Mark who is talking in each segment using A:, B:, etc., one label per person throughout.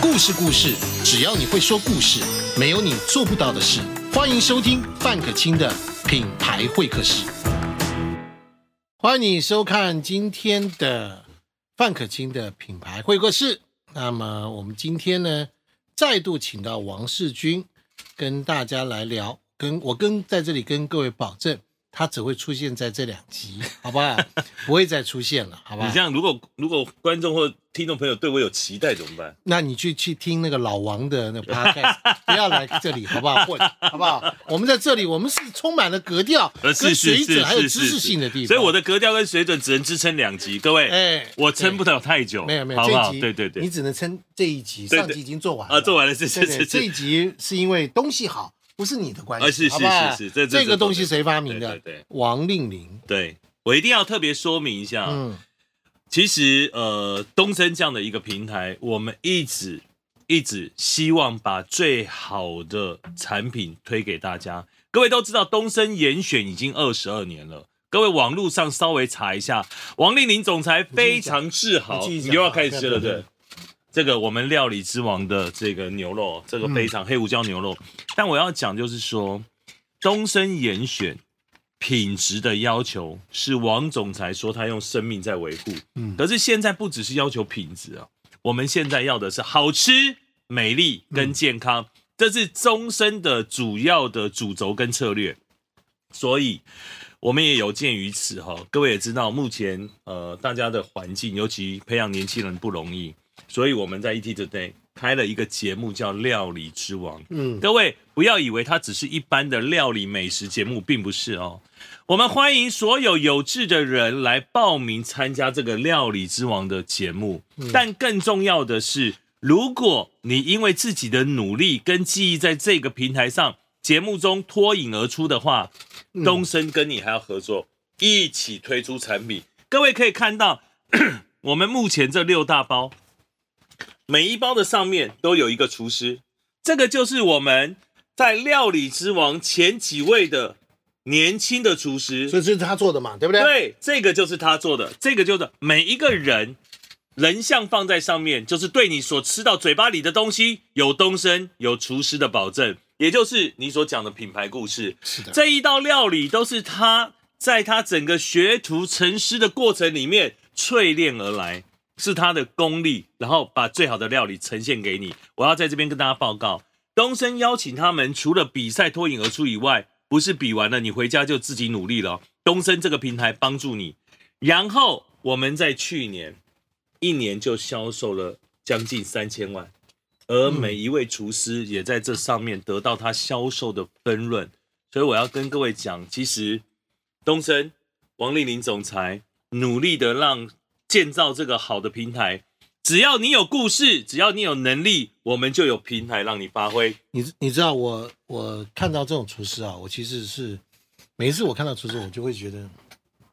A: 故事故事，只要你会说故事，没有你做不到的事。欢迎收听范可清的品牌会客室。欢迎你收看今天的范可清的品牌会客室。那么我们今天呢，再度请到王世军跟大家来聊，跟我跟在这里跟各位保证，他只会出现在这两集，好不好？不会再出现了，好不好
B: 你这？样，如果如果观众或听众朋友对我有期待怎么办？
A: 那你去去听那个老王的那个 podcast，不 要来这里好不好？混 好不好？我们在这里，我们是充满了格调、
B: 呃，
A: 跟
B: 是是
A: 水
B: 是
A: 准还有
B: 是
A: 知识
B: 是
A: 性的地方。
B: 所以我的格调跟水准只能支撑两集，各位，
A: 哎
B: 我撑不了太久，
A: 没有没有
B: 好不
A: 这一
B: 好？
A: 集，
B: 对对
A: 你
B: 对，
A: 只能撑这一集，
B: 对
A: 上集已经做完了
B: 啊，做完了，是
A: 对
B: 是
A: 对，
B: 是
A: 这一
B: 是，
A: 集是因为东西好，不是你的关系，
B: 啊是是
A: 好不好
B: 是是这这
A: 这个东西谁发明
B: 对
A: 的
B: 对对？
A: 王令麟，
B: 对我一定要特别说明一下，
A: 嗯，
B: 其实呃，东森这样的一个平台，我们一直一直希望把最好的产品推给大家。各位都知道，东森严选已经二十二年了。各位网络上稍微查一下，王令麟总裁非常自豪，
A: 你继续讲
B: 你又要开始吃了，
A: 啊对对
B: 对。这个我们料理之王的这个牛肉，这
A: 嗯
B: 个非常黑胡椒牛肉。但我要讲就是说，东森严选品质的要求是王总裁说他用生命在维护，
A: 嗯
B: 可是现在不只是要求品质啊，我们现在要的是好吃、美丽跟健康，
A: 嗯
B: 这是终身的主要的主轴跟策略。所以，我们也有鉴于此哈，各位也知道，目前呃大家的环境，尤其培养年轻人不容易，所以我们在 ET Today 开了一个节目叫《料理之王》。
A: 嗯，
B: 各位不要以为它只是一般的料理美食节目，并不是哦。我们欢迎所有有志的人来报名参加这个料理之王的节目。但更重要的是，如果你因为自己的努力跟记忆在这个平台上节目中脱颖而出的话，
A: 嗯
B: 东升跟你还要合作，一起推出产品。各位可以看到， 我们目前这六大包，每一包的上面都有一个厨师，这个就是我们在料理之王前几位的年轻的厨师。
A: 所以这是他做的嘛，对不对？
B: 对，这个就是他做的，这个就是每一个人人像放在上面，就是对你所吃到嘴巴里的东西有东升有厨师的保证，也就是你所讲的品牌故事。
A: 是的，
B: 这一道料理都是他在他整个学徒成师的过程里面淬炼而来，是他的功力，然后把最好的料理呈现给你。我要在这边跟大家报告，东升邀请他们除了比赛脱颖而出以外，不是比完了你回家就自己努力了哦，东升这个平台帮助你。然后我们在去年一年就销售了将近三千万，而每一位厨师也在这上面得到他销售的分润。所以我要跟各位讲，其实东升、王丽玲总裁努力的让建造这个好的平台。只要你有故事，只要你有能力，我们就有平台让你发挥。
A: 你你知道我我看到这种厨师啊，我其实是每一次我看到厨师，我就会觉得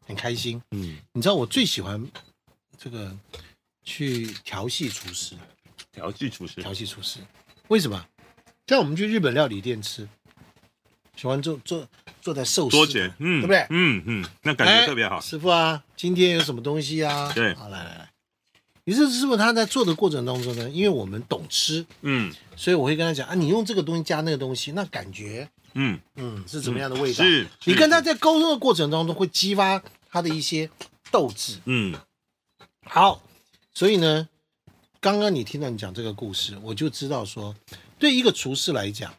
A: 很开心。
B: 嗯，
A: 你知道我最喜欢这个去调戏厨师，
B: 调剧厨师
A: 调戏厨师，为什么？像我们去日本料理店吃，喜欢坐坐坐在寿司
B: 多卷，嗯，
A: 对不对？
B: 嗯嗯，那感
A: 哎
B: 觉特别好。
A: 师傅啊，今天有什么东西啊？
B: 对
A: 好来来来。于是师傅他在做的过程当中呢，因为我们懂吃，
B: 嗯
A: 所以我会跟他讲啊，你用这个东西加那个东西，那感觉
B: 嗯，
A: 嗯是怎么样的味道？
B: 是
A: 你跟他
B: 是
A: 在沟通的过程当中会激发他的一些斗志。
B: 嗯
A: 好，所以呢，刚刚你听到你讲这个故事，我就知道说，对一个厨师来讲，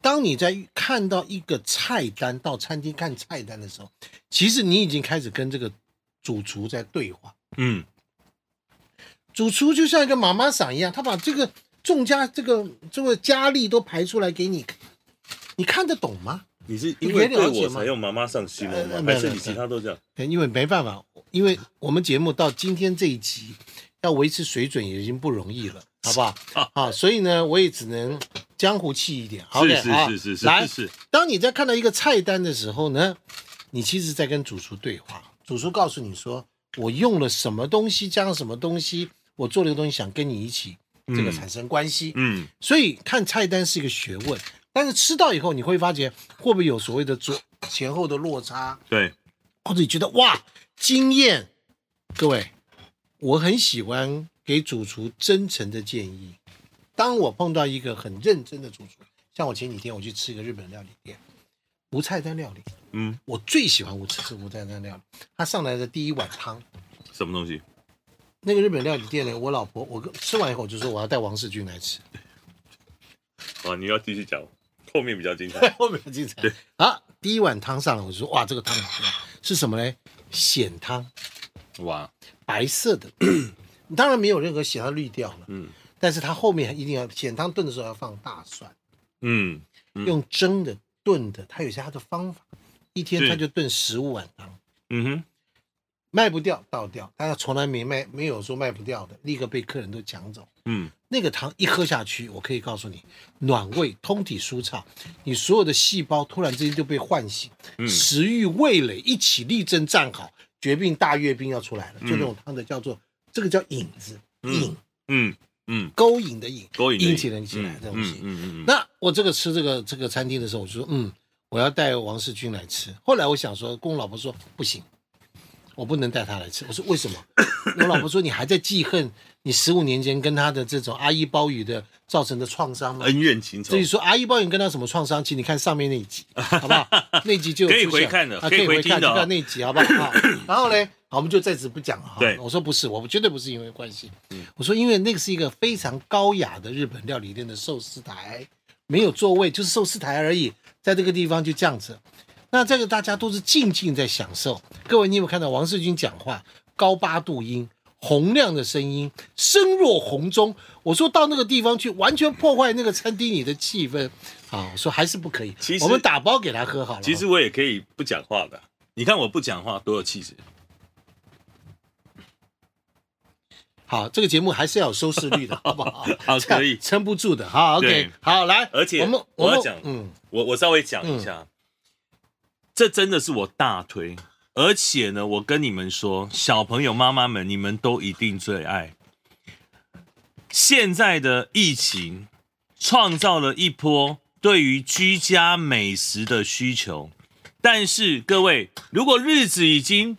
A: 当你在看到一个菜单到餐厅看菜单的时候，其实你已经开始跟这个主厨在对话。
B: 嗯，
A: 主厨就像一个妈妈桑一样，他把这个众家这个这个佳丽都排出来给你看，你看得懂吗？
B: 你是
A: 你
B: 因
A: 可以
B: 为
A: 了
B: 对
A: 解
B: 我
A: 吗
B: 才用妈妈上形容
A: 呃
B: 吗？
A: 没有
B: 还是
A: 没有
B: 你其他都这样？
A: 因为没办法，因为我们节目到今天这一集要维持水准也已经不容易了，好不 好？啊，所以呢，我也只能江湖气一点。好
B: 是
A: 的，
B: 是
A: 好
B: 是是是
A: 来
B: 是，是，
A: 当你在看到一个菜单的时候呢，你其实在跟主厨对话，主厨告诉你说，我用了什么东西，加上什么东西，我做了一个东西，想跟你一起这个
B: 嗯
A: 产生关系。
B: 嗯
A: 所以看菜单是一个学问，但是吃到以后，你会发觉会不会有所谓的左前后的落差？
B: 对，
A: 或者你觉得哇惊艳，各位，我很喜欢给主厨真诚的建议，当我碰到一个很认真的主厨，像我前几天我去吃一个日本料理店，无菜单料理，
B: 嗯，
A: 我最喜欢无吃无菜单料理。他上来的第一碗汤，
B: 什么东西？
A: 那个日本料理店呢，我老婆我跟吃完以后我就说我要带王世军来吃，
B: 啊，你要继续讲，后面比较精彩。
A: 后面很精彩
B: 对。
A: 啊，第一碗汤上来，我就说哇，这个汤好喝，是什么呢？咸汤，
B: 哇，
A: 白色的， 当然没有任何咸汤滤掉了，
B: 嗯
A: 但是它后面一定要咸汤炖的时候要放大蒜。
B: 嗯，嗯
A: 用蒸的、炖的，它有些它的方法。一天
B: 是
A: 他就炖十五碗汤，
B: 嗯哼，
A: 卖不掉倒掉，但他从来没卖，没有说卖不掉的，立刻被客人都抢走。
B: 嗯
A: 那个汤一喝下去，我可以告诉你，暖胃、通体舒畅，你所有的细胞突然之间就被唤醒，
B: 嗯
A: 食欲、味蕾一起力争站好，绝病大阅兵要出来了。就这种汤的叫做这个叫引子，
B: 嗯
A: 引
B: 嗯嗯，
A: 勾引的引，
B: 勾引的
A: 引起人起来
B: 嗯
A: 这东西
B: 嗯。嗯嗯嗯，
A: 那我这个吃这个这个餐厅的时候，我就说，嗯，我要带王世军来吃。后来我想说，跟我老婆说不行，我不能带他来吃。我说为什 么？我老婆说你还在记恨 你十五年前跟他的这种阿姨包雨的造成的创伤吗？
B: 恩怨情仇
A: 所以说阿姨包雨跟他什么创伤，请你看上面那一集，好不 好？那集就有
B: 可以
A: 出现
B: 回看的
A: 啊
B: 可
A: 可
B: 以
A: 以
B: 回
A: 回看，
B: 听的
A: 就
B: 哦
A: 看那一集，好不 好？啊然后呢，好，我们就在此不讲了哈。
B: 对
A: 我说不是，我绝对不是因为关系
B: 嗯。
A: 我说因为那个是一个非常高雅的日本料理店的寿司台，没有座位，就是寿司台而已，在这个地方就这样子。那这个大家都是静静在享受。各位，你有没有看到王世军讲话高八度音？洪亮的声音，声若洪钟。我说到那个地方去，完全破坏那个餐厅里的气氛啊！我说还是不可以，
B: 其实
A: 我们打包给他喝好了。
B: 其实我也可以不讲话的。你看我不讲话多有气质，
A: 好，这个节目还是要有收视率 的，好不好？
B: 好
A: 这样
B: 可以
A: 撑不住的。好
B: 对
A: ，OK，好，来，
B: 而且
A: 我们
B: 我要
A: 们
B: 讲
A: 嗯，
B: 我我稍微讲一下，这真的是我大推，而且呢，我跟你们说，小朋友妈妈们，你们都一定最爱。现在的疫情创造了一波对于居家美食的需求，但是各位，如果日子已经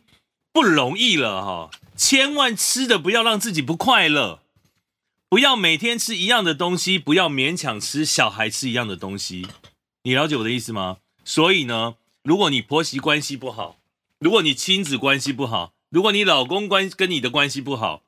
B: 不容易了哈，千万吃的不要让自己不快乐。不要每天吃一样的东西，不要勉强吃小孩吃一样的东西。你了解我的意思吗？所以呢，如果你婆媳关系不好，如果你亲子关系不好，如果你老公关跟你的关系不好，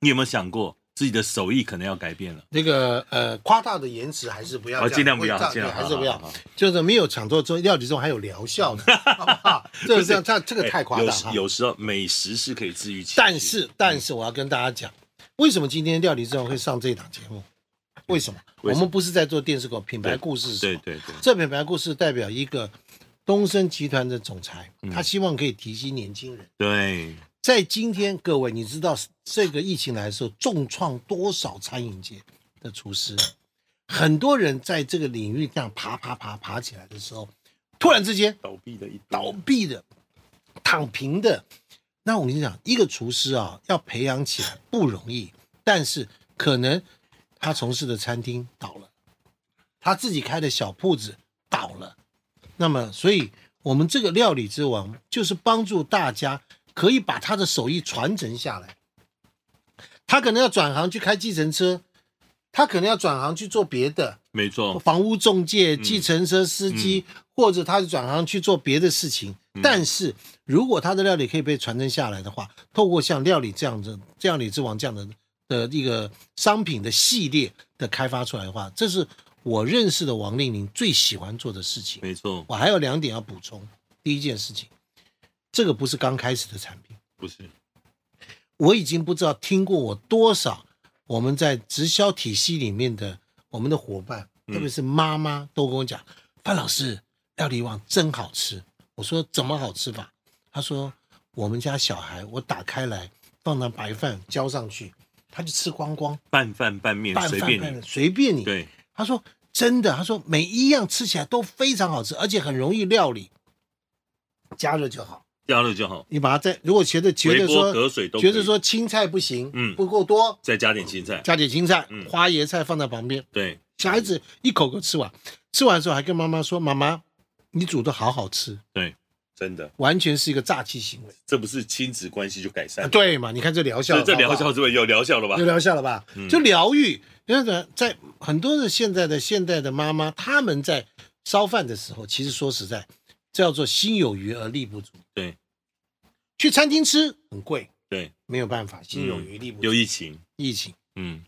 B: 你有没有想过自己的手艺可能要改变了？
A: 那个呃，夸大的言辞还是不要这
B: 哦
A: 样，
B: 尽量不要
A: 会造
B: 尽量
A: 对还是不
B: 好
A: 要
B: 好好好，
A: 就是没有抢做中料理中还有疗效 的，好不好？这个这样，这这个太夸大
B: 哎有
A: 了
B: 时
A: 哈。
B: 有时候美食是可以治愈情绪，
A: 但是，但是我要跟大家讲，为什么今天料理之王会上这一档节目？为什么？
B: 为
A: 我
B: 什么
A: 们不是在做电视购品牌
B: 对
A: 故事是什么
B: 对对对，
A: 这品牌故事代表一个东升集团的总裁，
B: 嗯
A: 他希望可以提携年轻人。
B: 对，
A: 在今天，各位，你知道这个疫情来的时候，重创多少餐饮界的厨师？很多人在这个领域这样爬爬爬爬起来的时候，突然之间
B: 倒闭的一
A: 倒闭的、躺平的。那我跟你讲，一个厨师啊，要培养起来不容易，但是可能他从事的餐厅倒了，他自己开的小铺子倒了，那么所以我们这个料理之王就是帮助大家可以把他的手艺传承下来。他可能要转行去开计程车，他可能要转行去做别的，
B: 没错，
A: 房屋中介、计程车司机，或者他转行去做别的事情。但是如果他的料理可以被传承下来的话，透过像料理这样子、这样理之王这样的的一个商品的系列的开发出来的话，这是我认识的王令玲最喜欢做的事情。
B: 没错，
A: 我还有两点要补充。第一件事情，这个不是刚开始的产品，
B: 不是，
A: 我已经不知道听过我多少我们在直销体系里面的我们的伙伴，
B: 嗯
A: 特别是妈妈都跟我讲，范老师料理王真好吃。我说怎么好吃法？他说我们家小孩我打开来放上白饭浇上去，他就吃光光，
B: 拌饭拌面
A: 拌
B: 嗯随
A: 饭
B: 便
A: 拌
B: 你，
A: 随便你。
B: 对，
A: 他说真的，他说每一样吃起来都非常好吃，而且很容易料理，加热就好。
B: 加热就好，
A: 你把它再，如果觉得觉
B: 微
A: 得
B: 波
A: 说
B: 隔水都可
A: 觉
B: 以
A: 得说青菜不行，
B: 嗯
A: 不够多，
B: 再加点青菜，
A: 加点青菜、
B: 嗯
A: 花椰菜放在旁边，
B: 对，
A: 小孩子一口口吃完，吃完之后还跟妈妈说：“妈妈，你煮的好好吃。
B: 对，真的”，
A: 完全是一个诈欺行为，
B: 这不是亲子关系就改善
A: 啊
B: 了。
A: 对嘛？你看这疗效
B: 这
A: 了，
B: 这
A: 好不
B: 疗
A: 好
B: 效是不是有疗效了吧
A: 有？疗效了吧？就疗愈因为呢，在很多的现在的现代的妈妈，她们在烧饭的时候，其实说实在，这叫做心有余而力不足。
B: 对，
A: 去餐厅吃很贵，
B: 对，
A: 没有办法，心有余力不足。
B: 有疫情，
A: 疫情，
B: 嗯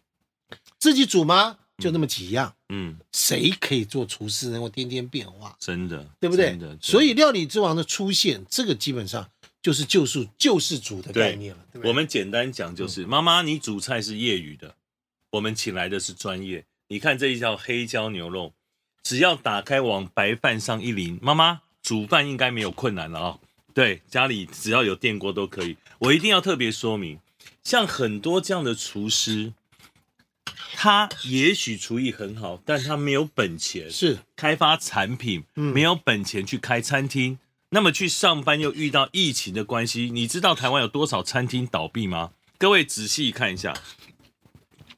A: 自己煮吗？就那么几样，
B: 嗯，
A: 谁可以做厨师能够天天变化，
B: 真的，
A: 对不对
B: 真的，？
A: 所以料理之王的出现，这个基本上就是救世救世主的概念了，对不对？
B: 我们简单讲
A: 嗯
B: 就是，妈妈，你煮菜是业余的，我们请来的是专业。你看这一条黑椒牛肉，只要打开往白饭上一淋，妈妈煮饭应该没有困难了啊、对，家里只要有电锅都可以。我一定要特别说明，像很多这样的厨师，他也许厨艺很好，但他没有本钱，
A: 是
B: 开发产品，
A: 嗯
B: 没有本钱去开餐厅，那么去上班又遇到疫情的关系，你知道台湾有多少餐厅倒闭吗？各位仔细看一下，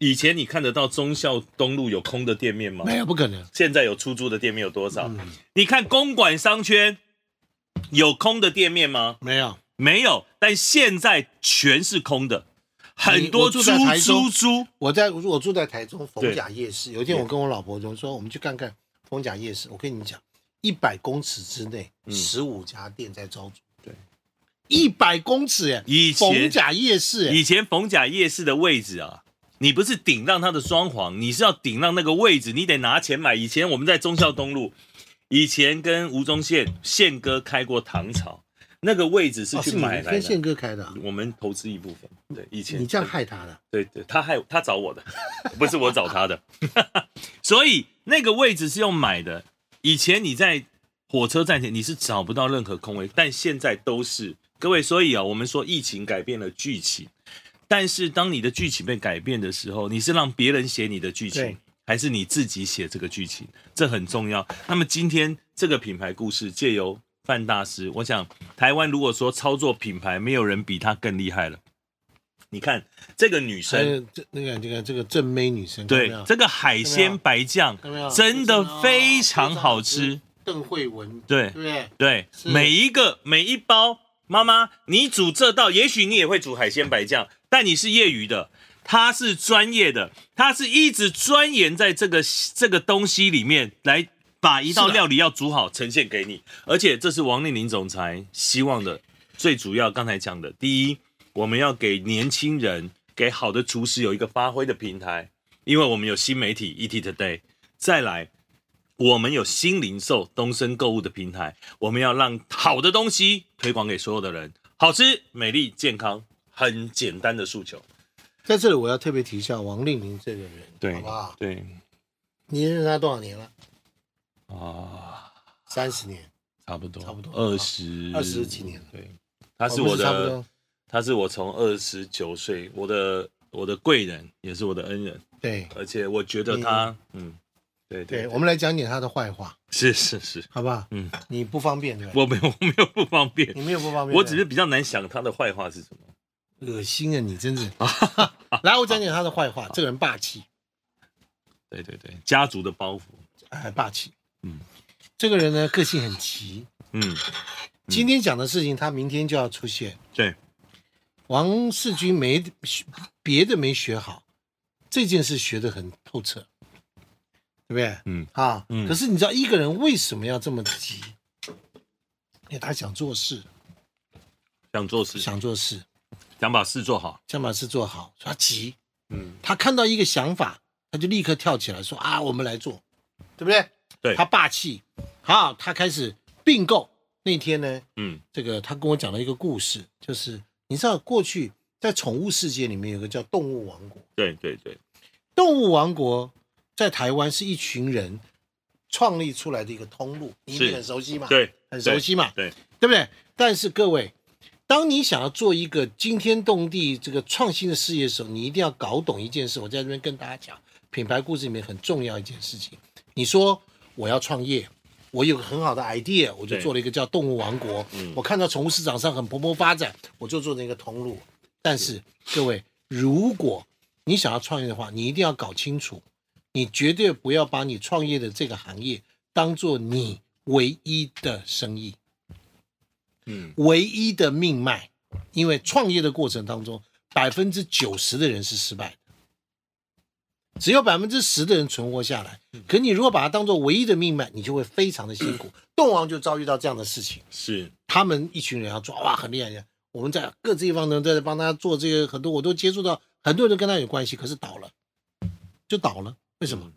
B: 以前你看得到忠孝东路有空的店面吗？
A: 没嗯有不可能，
B: 现在有出租的店面有多少？你看公馆商圈有空的店面吗？
A: 没有。
B: 没有，但现在全是空的，很多
A: 哎我住
B: 猪
A: 在台
B: 猪
A: 中
B: 猪，
A: 我在我住在台中
B: 对
A: 逢甲夜市，有一天我跟我老婆就说，我们去看看逢甲夜市。我跟你讲，一百公尺之内，十五家店在招租。
B: 嗯对，
A: 一百公尺耶，
B: 以前
A: 逢甲夜市哎耶，
B: 以前逢甲夜市的位置啊，你不是顶让它的装潢，你是要顶让那个位置，你得拿钱买。以前我们在忠孝东路，以前跟吴宗宪宪哥开过唐朝，那个位置是
A: 哦
B: 去
A: 你
B: 买来
A: 跟宪
B: 的。
A: 哥开的啊，
B: 我们投资一部分，对，以前
A: 你这样害他了。
B: 对对，他害他找我的， 不是我找他的， 所以那个位置是用买的。以前你在火车站前你是找不到任何空位，但现在都是各位。所以啊，我们说疫情改变了剧情，但是当你的剧情被改变的时候，你是让别人写你的剧情
A: 对，
B: 还是你自己写这个剧情？这很重要。那么今天这个品牌故事借由范大师，我想台湾如果说操作品牌，没有人比他更厉害了。你看这个女
A: 还
B: 生，
A: 有这那个这个这个正妹女生，
B: 对
A: 看到没有，
B: 这个海鲜白酱
A: 看到没有哦
B: 真的非常好吃。。
A: 邓慧文，对
B: 对
A: 不对？
B: 对，
A: 是
B: 每一个每一包，妈妈，你煮这道，也许你也会煮海鲜白酱，但你是业余的，他是专业的，他是一直钻研在这个这个东西里面来把一道
A: 是的
B: 料理要煮好呈现给你，而且这是王丽玲总裁希望的最主要。刚才讲的，第一，我们要给年轻人、给好的厨师有一个发挥的平台，因为我们有新媒体 ET Today，再来。我们有新零售东升购物的平台，我们要让好的东西推广给所有的人，好吃、美丽、健康，很简单的诉求。
A: 在这里我要特别提一下王令玲这个人，好不好？
B: 对
A: 你认识他多少年了？
B: 啊，
A: 三十年，
B: 差不多，
A: 差不多
B: 二十
A: 二十几年了
B: 对，他是
A: 哦不
B: 我
A: 差不
B: 的，
A: 多。
B: 他是我从二十九岁，我的我的贵人，也是我的恩人，
A: 对
B: 而且我觉得他，嗯，对
A: 对，
B: 对，
A: 我们来讲点他的坏话，
B: 是是是，
A: 好不好？
B: 嗯，
A: 你不方便对吧？
B: 我没有我没有不方便
A: 你，没有不方便，
B: 我只是比较难想他的坏话是什么。
A: 对恶心啊！你 真是。来，我讲讲他的坏话。这个人霸气，
B: 对对对，家族的包袱，
A: 哎，霸气。
B: 嗯，
A: 这个人呢，个性很急，
B: 嗯，
A: 今天讲的事情，他明天就要出现。
B: 对，
A: 王世军没学别的没学好，这件事学得很透彻，对不对？
B: 嗯
A: 啊，
B: 嗯
A: 可是你知道一个人为什么要这么急？因为他想做事，
B: 想做事，
A: 想做事，
B: 想把事做好。
A: 想把事做好，所以他急。
B: 嗯，
A: 他看到一个想法，他就立刻跳起来说：“啊，我们来做，对不对？”
B: 对
A: 他霸气。好，他开始并购。那天呢，
B: 嗯，
A: 这个他跟我讲了一个故事，就是你知道过去在宠物世界里面有个叫动物王国，
B: 对对对，
A: 动物王国在台湾是一群人创立出来的一个通路，你一定
B: 是
A: 很熟悉嘛？
B: 对，
A: 很熟悉嘛
B: 对，
A: 对不对？但是各位，当你想要做一个惊天动地这个创新的事业的时候，你一定要搞懂一件事。我在这边跟大家讲，品牌故事里面很重要一件事情。你说我要创业，我有个很好的 idea，我就
B: 对
A: 做了一个叫动物王国。我看到宠物市场上很蓬勃发展，我就做了一个通路。但是各位，如果你想要创业的话，你一定要搞清楚，你绝对不要把你创业的这个行业当做你唯一的生意。
B: 嗯，
A: 唯一的命脉，因为创业的过程当中，百分之九十的人是失败的，只有百分之十的人存活下来。可你如果把它当做唯一的命脉，你就会非常的辛苦。洞王就遭遇到这样的事情，
B: 是
A: 他们一群人要抓，哇，很厉害很厉害。我们在各地方呢，在帮他做这个很多，我都接触到很多人跟他有关系，可是倒了，就倒了。为什么？
B: 嗯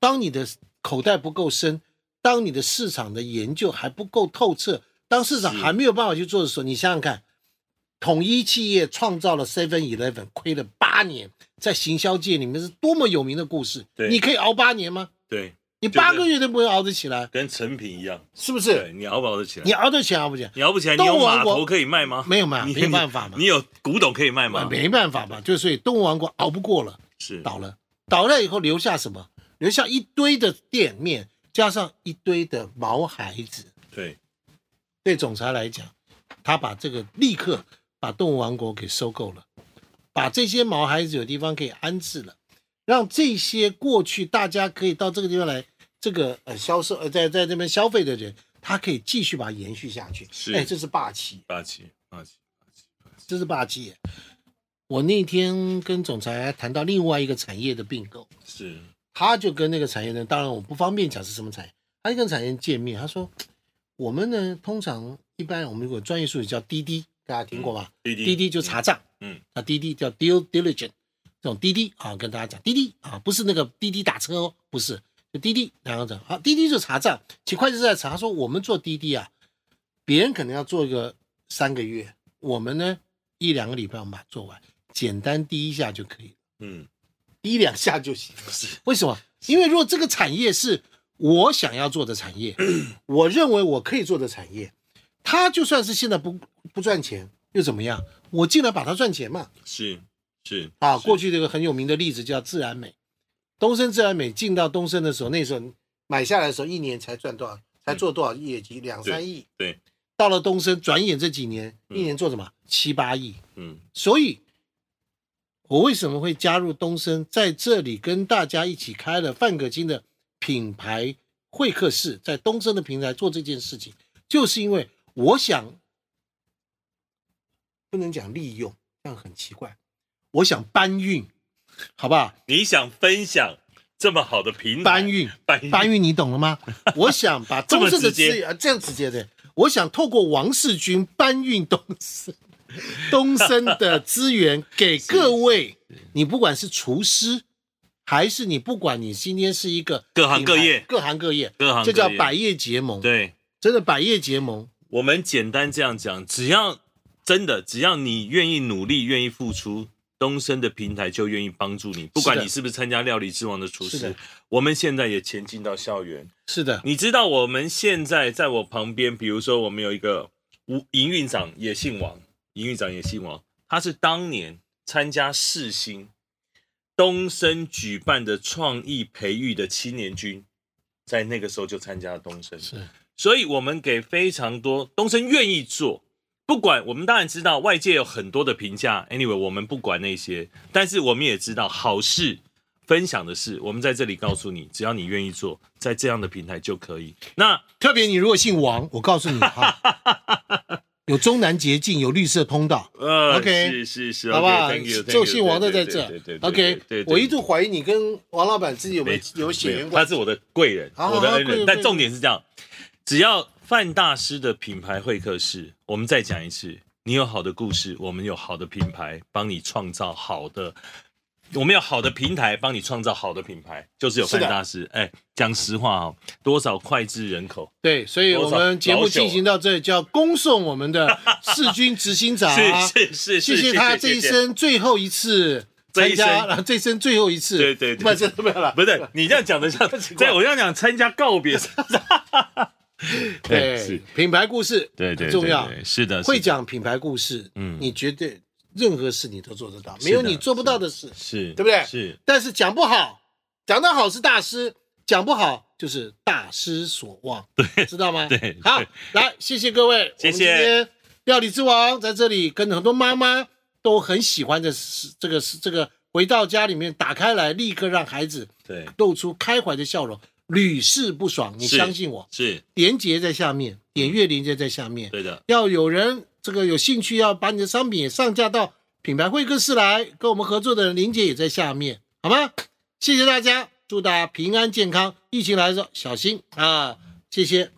A: 当你的口袋不够深，当你的市场的研究还不够透彻，当市场
B: 是
A: 还没有办法去做的时候，你想想看，统一企业创造了 Seven Eleven，亏了八年，在行销界里面是多么有名的故事。
B: 对
A: 你可以熬八年吗？
B: 对，
A: 你
B: 对
A: 八
B: 对
A: 个月都不会熬得起来，
B: 跟成品一样，
A: 是不
B: 对
A: 是？
B: 你熬不熬得起来？
A: 你熬得起来熬不起来？
B: 你熬不起来，你
A: 动
B: 有
A: 物王
B: 码
A: 国
B: 头可以卖吗？
A: 没有嘛，
B: 你
A: 没办法嘛
B: 你，有古董可以卖
A: 啊
B: 吗？
A: 没办法嘛，就是所以动物王国熬不过了。
B: 是
A: 倒了，倒了以后留下什么？留下一堆的店面，加上一堆的毛孩子。
B: 对，
A: 对总裁来讲，他把这个立刻把动物王国给收购了，把这些毛孩子有地方可以安置了，让这些过去大家可以到这个地方来，这个呃销售呃在在这边消费的人，他可以继续把它延续下去。
B: 是
A: 哎，这是霸气。
B: 霸气霸气霸气霸气，
A: 这是霸气耶。我那天跟总裁谈到另外一个产业的并购，
B: 是
A: 他就跟那个产业人，当然我不方便讲是什么产业，他就跟产业人见面，他说我们呢通常一般我们如果专业术语叫滴滴，大家听过吧？
B: 滴滴
A: 滴滴就查账，
B: 嗯，
A: 啊，滴滴叫 due diligence，这种滴滴啊，跟大家讲滴滴啊，不是那个滴滴打车哦，不是，就滴滴，然后讲啊，滴滴就查账，其实会计师在查说我们做滴滴啊，别人可能要做个三个月，我们呢一两个礼拜我们把它做完，简单滴一下就可以了，
B: 嗯
A: 滴两下就 行。
B: 是
A: 为什么？因为如果这个产业是我想要做的产 业，我认为我可以做的产业，它就算是现在不不赚钱又怎么样？我进来把它赚钱嘛。
B: 是是
A: 啊，
B: 是
A: 过去这个很有名的例子叫自然美，东升自然美进到东升的时候，那时候买下来的时候，一年才赚多少，才做多少业绩，两三亿。
B: 对，
A: 到了东升，转眼这几年，
B: 嗯
A: 一年做什么七八亿。
B: 嗯
A: 所以，我为什么会加入东升，在这里跟大家一起开了范可金的品牌会客室，在东升的平台做这件事情，就是因为我想不能讲利用，这样很奇怪，我想搬运，好不好？
B: 你想分享这么好的平台
A: 搬运，
B: 搬运
A: 搬运，你懂了 吗？我想把
B: 这么
A: 东升的
B: 直接
A: 资源这样直接的，我想透过王世军搬运东升 东升的资源给各 位。你不管是厨师，还是你不管你今天是一个
B: 各行各业
A: 品牌各行各业，
B: 各行
A: 这叫
B: 各业
A: 百业结盟。，
B: 对
A: 真的百业结盟。
B: 我们简单这样讲，只要真的只要你愿意努力，愿意付出。东升的平台就愿意帮助你，不管
A: 是的
B: 你是不是参加料理之王的厨
A: 是
B: 师
A: 的，
B: 我们现在也前进到校园，
A: 是的，
B: 你知道我们现在在我旁边，比如说我们有一个吴营运长也姓王，营运长也姓王，他是当年参加世新东升举办的创意培育的青年军，在那个时候就参加了东升，
A: 是
B: 所以我们给非常多东升愿意做。不管我们当然知道外界有很多的评价，anyway 我们不管那些，但是我们也知道好事分享的事，我们在这里告诉你，只要你愿意做，在这样的平台就可以。那
A: 特别你如果姓王，我告诉你 哈，有中南捷径，有绿色通道。
B: 呃
A: OK，
B: 是是是，
A: 好不好
B: OK，thank
A: 就
B: you，thank？you，
A: 姓王的在
B: 对对
A: 这
B: 对对。对对
A: OK，
B: 对对
A: 我一度怀疑你跟王老板之间有没
B: 没
A: 有有血缘
B: 他
A: 关系。
B: 是我的贵人，
A: 好好
B: 我的
A: 好
B: 恩
A: 贵
B: 人。
A: 人
B: 但重点是这样，只要范大师的品牌会客室，我们再讲一次，你有好的故事，我们有好的品牌帮你创造好的。我们有好的平台帮你创造好的品牌，就是有
A: 是
B: 范
A: 的
B: 大师。哎，讲实话哦，多少脍炙人口？
A: 对，所以我们节目
B: 啊
A: 进行到这里，就要恭送我们的世军执行长，
B: 是是是，
A: 谢谢啊他这一，生最后一次
B: 这
A: 参
B: 一生
A: 加，然后这一生最后一次，
B: 对对对
A: 不是没有了，
B: 不是你这样讲的 像，
A: 怪
B: 对我这样讲参加 告别，对是
A: 对，品牌故事
B: 对对，
A: 很重要
B: 对，对是的，
A: 会
B: 是的
A: 讲品牌故事，
B: 嗯
A: 嗯，你绝对任何事你都做得到，
B: 的
A: 没有你做不到的事，
B: 是，
A: 对不对
B: 是
A: 但是讲不好，讲得好是大师，讲不好就是大失所望，对，知道吗？
B: 对
A: 好
B: 对，
A: 来，谢谢各位，
B: 谢谢
A: 我们今天料理之王在这里跟很多妈妈都很喜欢的是这个是这个，回到家里面打开来，立刻让孩子
B: 对
A: 露出开怀的笑容，屡试不爽，你
B: 是
A: 相信我，
B: 是，
A: 连接在下面，点阅连接在下面，
B: 对的。
A: 要有人这个有兴趣要把你的商品也上架到品牌会客室来，跟我们合作的人林姐也在下面，好吗？谢谢大家，祝大家平安健康，疫情来的时候小心啊！谢谢。